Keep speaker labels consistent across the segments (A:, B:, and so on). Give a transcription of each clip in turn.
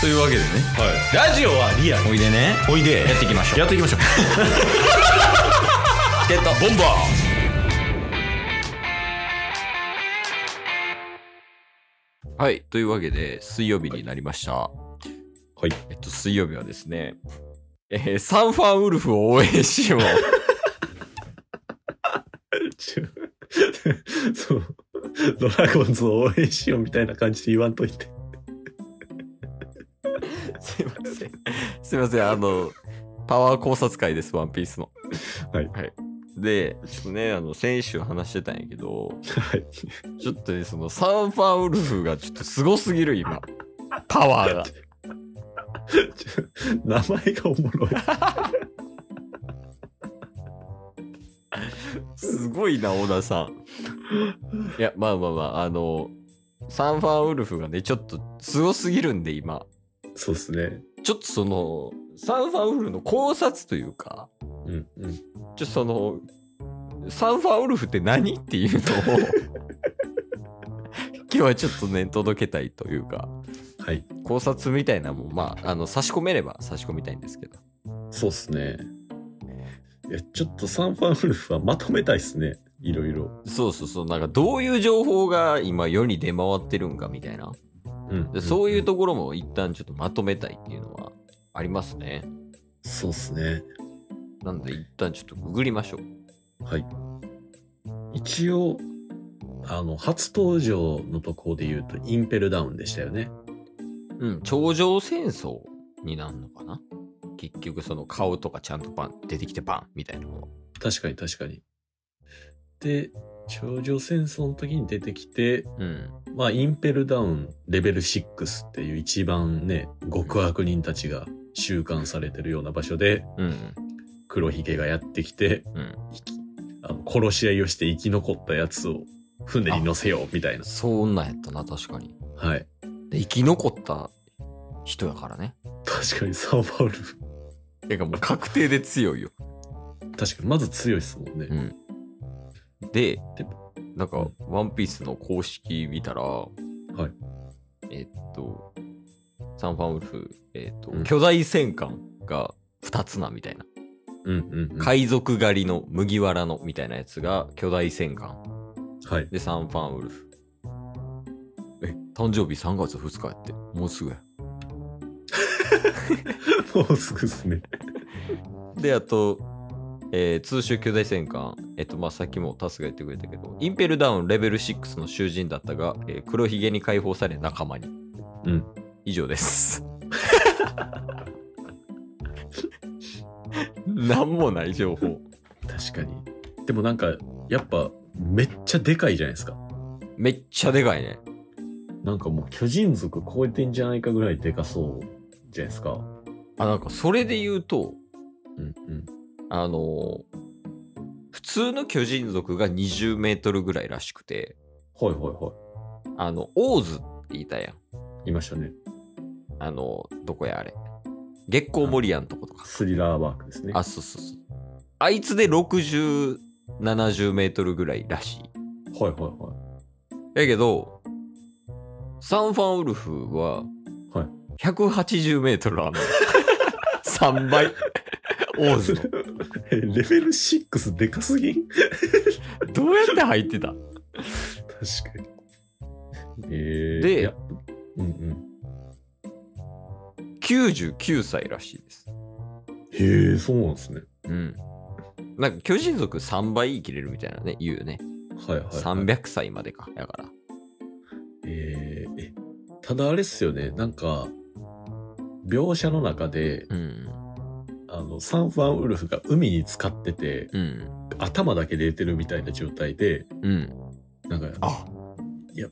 A: というわけでね
B: ラジオはリアル
A: おいでね
B: おいで
A: やっていきましょう
B: やっていきましょう
A: チケットボンバーはいというわけで水曜日になりましたはいえっと水曜日はですね、えーサンファンウルフを応援しよう
B: ちょそうドラゴンズを応援しようみたいな感じで言わんといて
A: すいませんすいませんあのパワー考察会ですワンピースの
B: はい
A: でちょっとねあの先週話してたんやけど
B: はい
A: ちょっとね、そのサンファンウルフがちょっとすごすぎる、今。パワーが。
B: ちょ名前がおもろい
A: すごいな、小田さん。いや、まあまあまあ、あの、サンファンウルフがね、ちょっとすごすぎるんで、今。
B: そうっすね
A: ちょっとその、サンファンウルフの考察というか、
B: うんうん
A: ちょっとその、サンファンウルフって何っていうのを、今日はちょっとね、届けたいというか、
B: はい
A: 考察みたいなもん、まあ、あの、差し込めれば差し込みたいんですけど。
B: そうっすねいやちょっとサンファンウルフはまとめたいっすねいろいろ
A: そうそうそう、なんかどういう情報が今世に出回ってるんかみたいな。
B: うん
A: でそういうところも一旦ちょっとまとめたいっていうのはありますね。
B: そうっすね
A: なんで一旦ちょっとググりましょう。
B: はい。一応、あの、初登場のところで言うと、インペルダウンでしたよね。
A: うん、頂上戦争になるのかな結局その顔とかちゃんとバン出てきてバンみたいなもの。
B: 確かに確かに。で、頂上戦争の時に出てきて、
A: うん。
B: まあ、インペルダウンレベル6っていう一番ね、極悪人たちが収監されてるような場所で、
A: うん。
B: 黒ひげがやってきて、
A: うん。
B: 生きあの殺し合いをして生き残ったやつを船に乗せようみたいな。
A: そんなんやったな、確かに。
B: はい。
A: で、生き残った人やからね。
B: 確かにサンファウルフ。
A: てかもう確定で強いよ。
B: 確かに、まず強いですもんね。
A: うん。で
B: で、。
A: なんか、ワンピースの公式見たら、はいえっと、サンファンウルフ、えっと、
B: うん
A: 巨大戦艦が2つなみたいな。
B: うんうん、うん。
A: 海賊狩りの麦わらのみたいなやつが巨大戦艦。
B: はい。
A: で、サンファンウルフ。え、誕生日3月2日やって。もうすぐや。
B: もうすぐっすね。
A: で、あと、えー通称巨大戦艦。えっと、まあ、さっきもタスが言ってくれたけど、インペルダウンレベル6の囚人だったが、えー黒ひげに解放され仲間に。
B: うん。
A: 以上です。なんもない情報。
B: 確かに。でもなんか、やっぱ、めっちゃでかいじゃないですか。
A: めっちゃでかいね。
B: なんかもう巨人族超えてんじゃないかぐらいでかそうじゃないですか。う
A: あ、なんかそれで言うと、
B: んうん。
A: あのー普通の巨人族が20メートルぐらいらしくて、
B: はいはいは
A: あの、オーズって言いたやん。
B: い。いましたね。
A: あのーどこやあれ。月光モリアンとことか。
B: スリラーワークですね。
A: あ、そうそうそう。あいつで60、70メートルぐらいらしい。
B: はいはいは
A: やけど、サンファンウルフは、
B: はい
A: 180メートルあるの。3倍。オーズの。
B: い。えレベル6でかすぎん
A: どうやって入ってた
B: 確かに。えー、
A: で
B: いやうんうん。
A: ?99 歳らしいです。
B: へえ、そうなんですね。
A: うん。なんか巨人族3倍生きれるみたいなね、言うよね。
B: はいはい、はい。
A: 300歳までか。だから。
B: えーえただあれっすよねなんか描写の中で
A: うん。
B: あのサンファンウルフが海に浸かってて
A: うん。
B: 頭だけ出てるみたいな状態で
A: うん。
B: なんか
A: あ
B: や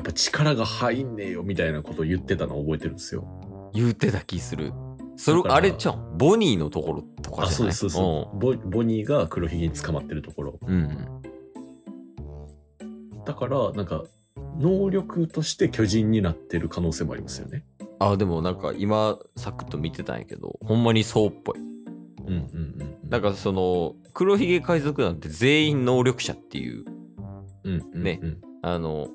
B: っぱ力が入んねえよみたいなことを言ってたのを覚えてるんですよ。
A: 言うてた気する。それ
B: だ、から
A: あれじゃん。ボニーのところとかじゃない
B: あそうですそうですボボニーが黒ひげに捕まってるところ
A: うんうん。
B: だからなんか能力として巨人になってる可能性もありますよね。
A: あ、でもなんか今、サクッと見てたんやけど、ほんまにそうっぽい。
B: うんうんうんうん。
A: だからその黒ひげ海賊なんて全員能力者っていう
B: うんうんうん
A: ねあの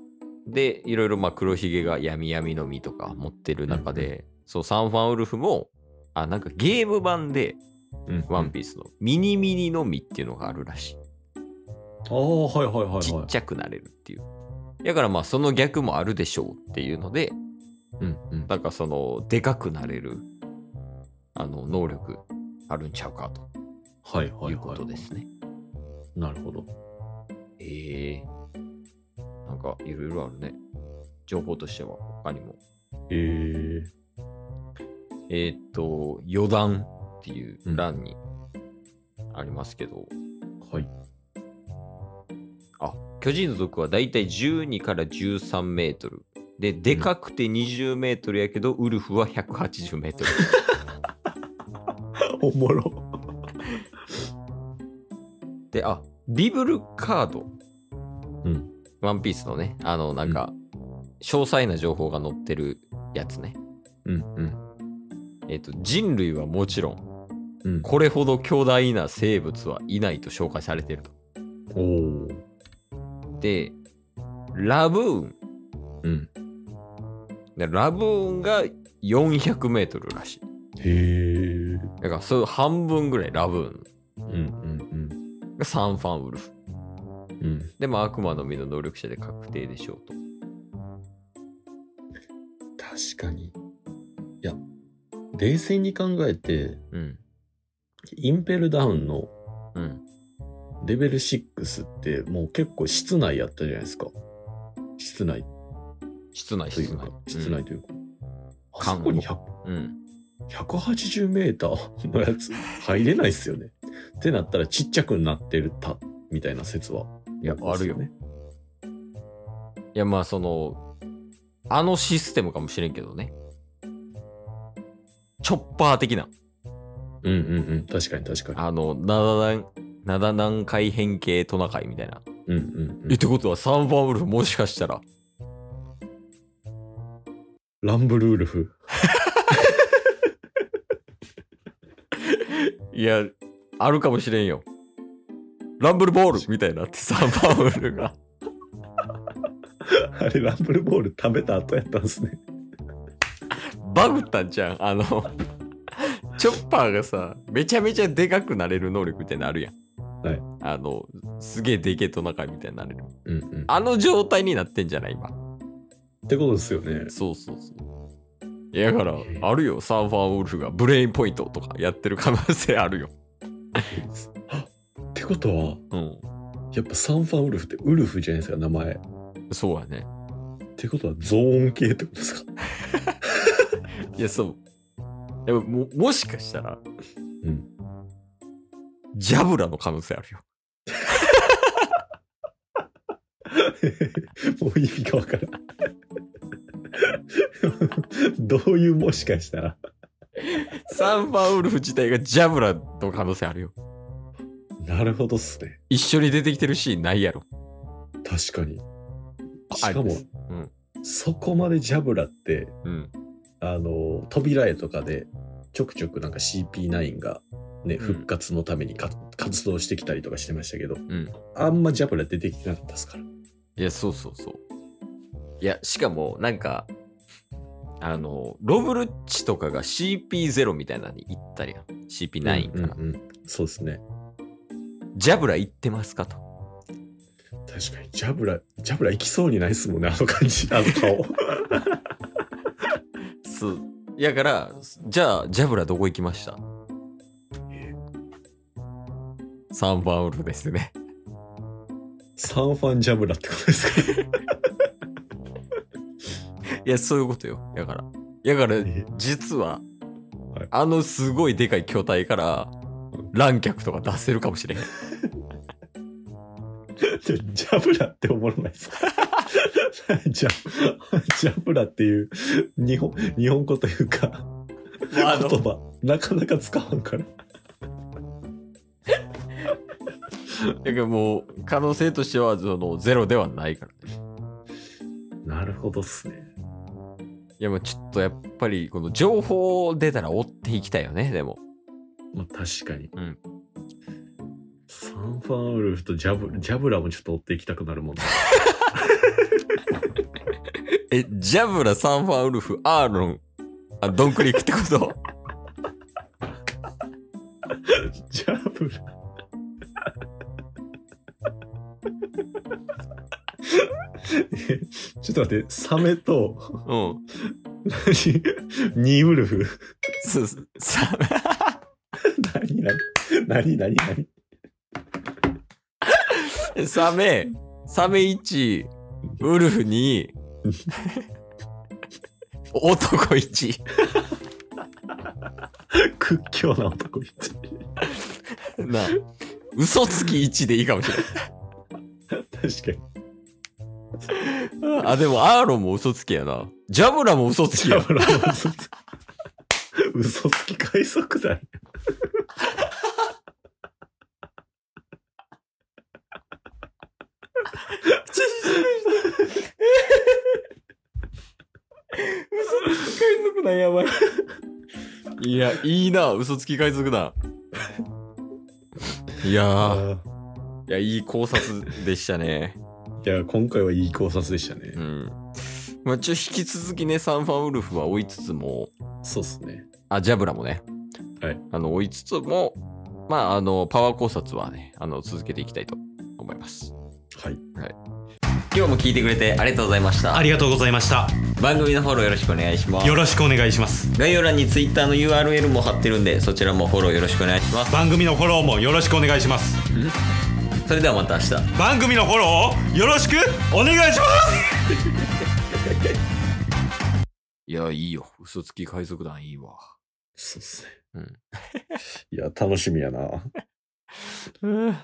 A: でいろいろまあ黒ひげが闇闇の実とか持ってる中で、そう、サンファンウルフも、あ、なんかゲーム版で、
B: うん
A: ワンピースのミニミニのみっていうのがあるらしい。
B: ああ、はいはいはいはい。
A: ちっちゃくなれるっていう。だからまあその逆もあるでしょうっていうので、
B: うんうん。
A: なんかそのでかくなれるあの能力あるんちゃうかと
B: はいはいはい。
A: いうことですね。
B: なるほど。
A: ええなんかいろいろあるね。情報としては他にも。
B: えー、
A: えーっと、余談っていう欄にありますけど、
B: はい。
A: あ、巨人の族はだいたい12から13メートル。で、でかくて20メートルやけど、ウルフは180メートル。
B: おもろ。
A: で、あ、ビブルカード。
B: うん。
A: ワンピースのね、あの、なんか、詳細な情報が載ってるやつね。
B: うんうん。
A: えっ、と、人類はもちろん、
B: うん、
A: これほど巨大な生物はいないと紹介されてると。
B: おお。
A: で、ラブーン。
B: うん。
A: でラブーンが400メートルらしい。
B: へえ。
A: だから、そう半分ぐらいラブーン
B: うんうん
A: がサンファンウルフ。
B: うん。うん。
A: で、まあ、悪魔の実の能力者で確定でしょうと。
B: 確かに。いや、冷静に考えて、
A: うん。
B: インペルダウンの
A: うん。
B: レベル6ってもう結構室内やったじゃないですか。室内
A: 室内、
B: とい
A: 室
B: うか
A: 内。、
B: 室内というか。あ
A: 看
B: そ
A: 護
B: こに100
A: うん。うん。
B: 180メーターのやつ入れないっすよね。ってなったらちっちゃくなってるた、みたいな説は。
A: いや
B: ですね。
A: いや、まあ、その、あのシステムかもしれんけどね。チョッパー的な、
B: うんうんうん。確かに確か
A: あの、7段、7段階変形トナカイみたいな。
B: に。うんうん、う
A: え、っ
B: ん。
A: てことはサンファンウルフもしかしたら、
B: ランブルウルフ。
A: いや、あるかもしれんよ。ランブルボールみたいになって、サンファンウルフが。
B: あれ、ランブルボール食べた後やったんですね。
A: バグったんじゃん。あの、チョッパーがさ、めちゃめちゃでかくなれる能力みたいなのあるやん。
B: はい。
A: あの、すげえでけえトナカイみたいになれる。
B: うんうん。
A: あの状態になってんじゃない今。
B: ってことですよね。
A: そうそうそう。いやだから、あるよ、サーファーウルフがブレインポイントとかやってる可能性あるよ。
B: ってことは、
A: うん。
B: やっぱサンファンウルフってウルフじゃないですか、名前。っ
A: そうやね。
B: てことはゾーン系ってことですか。
A: いや、そう。でもも、もしかしたら、
B: うん。
A: ジャブラの可能性あるよ。
B: もう意味がわからない。 どういうもしかしたら。
A: サーファーウルフ自体がジャブラの可能性あるよ。
B: なるほどっすね。
A: 一緒に出てきてるシーンないやろ。
B: 確かに。
A: あ
B: し
A: りで
B: かも
A: す、うん。
B: そこまでジャブラって、
A: うん。
B: あの、扉絵とかで、ちょくちょくなんか CP9 が、ね、
A: ん
B: 復活のためにか活動してきたりとかしてましたけど、
A: うん。
B: あんまジャブラ出てきてなかったですから。
A: いや、そうそうそう。いや、しかも、なんか、あの、ロブルッチとかが CP0 みたいなのに行ったりやん。CP9 から。
B: うんうんうんそうですね。
A: ジャブラ行ってますかと。
B: 確かに、ジャブラ、ジャブラ行きそうにないですもんね、あの感じ、あの 顔。
A: そう。いやから、じゃあ、ジャブラどこ行きました
B: え
A: サンファンウルフですね。
B: サンファンジャブラってことですか
A: いや、そういうことよ。やから。やから
B: え、
A: 実は
B: はい、
A: あのすごいでかい巨体から、乱脚とか出せるかもしれん。
B: ジャブラっておもろないですか ジャジャブラっていう日本日本語というか
A: まああ
B: 言
A: の
B: 葉なかなか使わんから
A: だからもう、可能性としては、その、ゼロではないからね。
B: なるほどっすね
A: いや、もうちょっとやっぱり、この情報出たら追っていきたいよね、でも。
B: まあ確かに、
A: うん
B: サンファンウルフとジャブジャブラもちょっと追っていきたくなるもんな
A: え、ジャブラ、サンファンウルフ、アーロン、あ、ドンクリックってこと
B: ジャブラ。えちょっと待って、サメと、
A: うん。
B: 何ニーウルフ。
A: す、す、さ、
B: 何何何何何
A: サメ、サメ1、ウルフ2、男1。
B: 屈強な男一。
A: なあ、嘘つき1でいいかもしれ
B: 確かに。
A: ない。あ、でもアーロンも嘘つきやな。ジャブラも嘘つき
B: ジ
A: や
B: ャ。ブラは嘘つき。 嘘つき海賊団。
A: 嘘つき海賊団やばい。いや、いいな、嘘つき海賊団。いやー、
B: あ
A: いや、いい考察でしたね。
B: ーいや、今回はいい考察でしたね。
A: うん。まあ、ちょ、引き続きね、サンファンウルフは追いつつも、
B: そうっすね。
A: あ、ジャブラもね、
B: はい。
A: あの、追いつつも、まあ、あの、パワー考察はね、あの、続けていきたいと思います。
B: はい。
A: 今日も聞いてくれてありがとうございました。
C: ありがとうございました
A: 番組のフォローよろしくお願いします
C: よ。ろしくお願いします
A: 概要欄に Twitter の URL も貼ってるんで、そちらもフォローよろしくお願いします。
C: 番組のフォローもよろしくお願いします
A: それではまた明日。
C: 番組のフォローをよろしくお願いします
A: いや、いいよ。嘘つき海賊団いいわ。
B: そうっす
A: う
B: ね。
A: ん
B: いや、楽しみやな。
A: うん